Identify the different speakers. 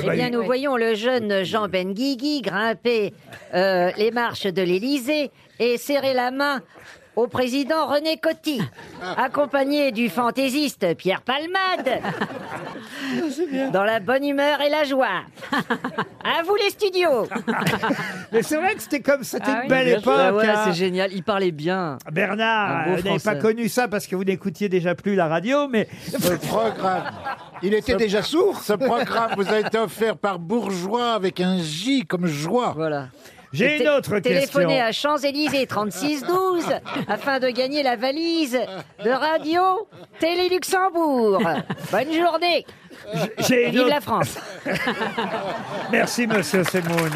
Speaker 1: Eh
Speaker 2: bah,
Speaker 1: bien,
Speaker 2: il-
Speaker 1: nous voyons le jeune Jean Benguigui grimper euh, les marches de l'Élysée et serrer la main au président René Coty, accompagné du fantaisiste Pierre Palmade, dans la bonne humeur et la joie. À vous les studios
Speaker 2: Mais c'est vrai que c'était comme, c'était
Speaker 3: Ah
Speaker 2: une
Speaker 3: oui.
Speaker 2: belle
Speaker 3: Bien
Speaker 2: époque.
Speaker 3: sûr. Ah ouais,
Speaker 2: hein.
Speaker 3: c'est génial. Il parlait bien.
Speaker 2: Bernard,
Speaker 3: Un beau
Speaker 2: euh, vous n'avez pas
Speaker 3: Français.
Speaker 2: connu ça parce que vous n'écoutiez déjà plus la radio, mais
Speaker 4: Ce programme. Il était déjà sourd. Ce programme vous a été offert par Bourgeois avec un J comme joie.
Speaker 3: Voilà.
Speaker 2: j'ai une
Speaker 1: Té-
Speaker 2: autre question.
Speaker 1: Téléphonez à Champs-Élysées 3612 afin de gagner la valise de radio Télé Luxembourg. Bonne journée
Speaker 2: J'ai une
Speaker 1: Vive
Speaker 2: autre-
Speaker 1: la France
Speaker 2: Merci, monsieur Semoun.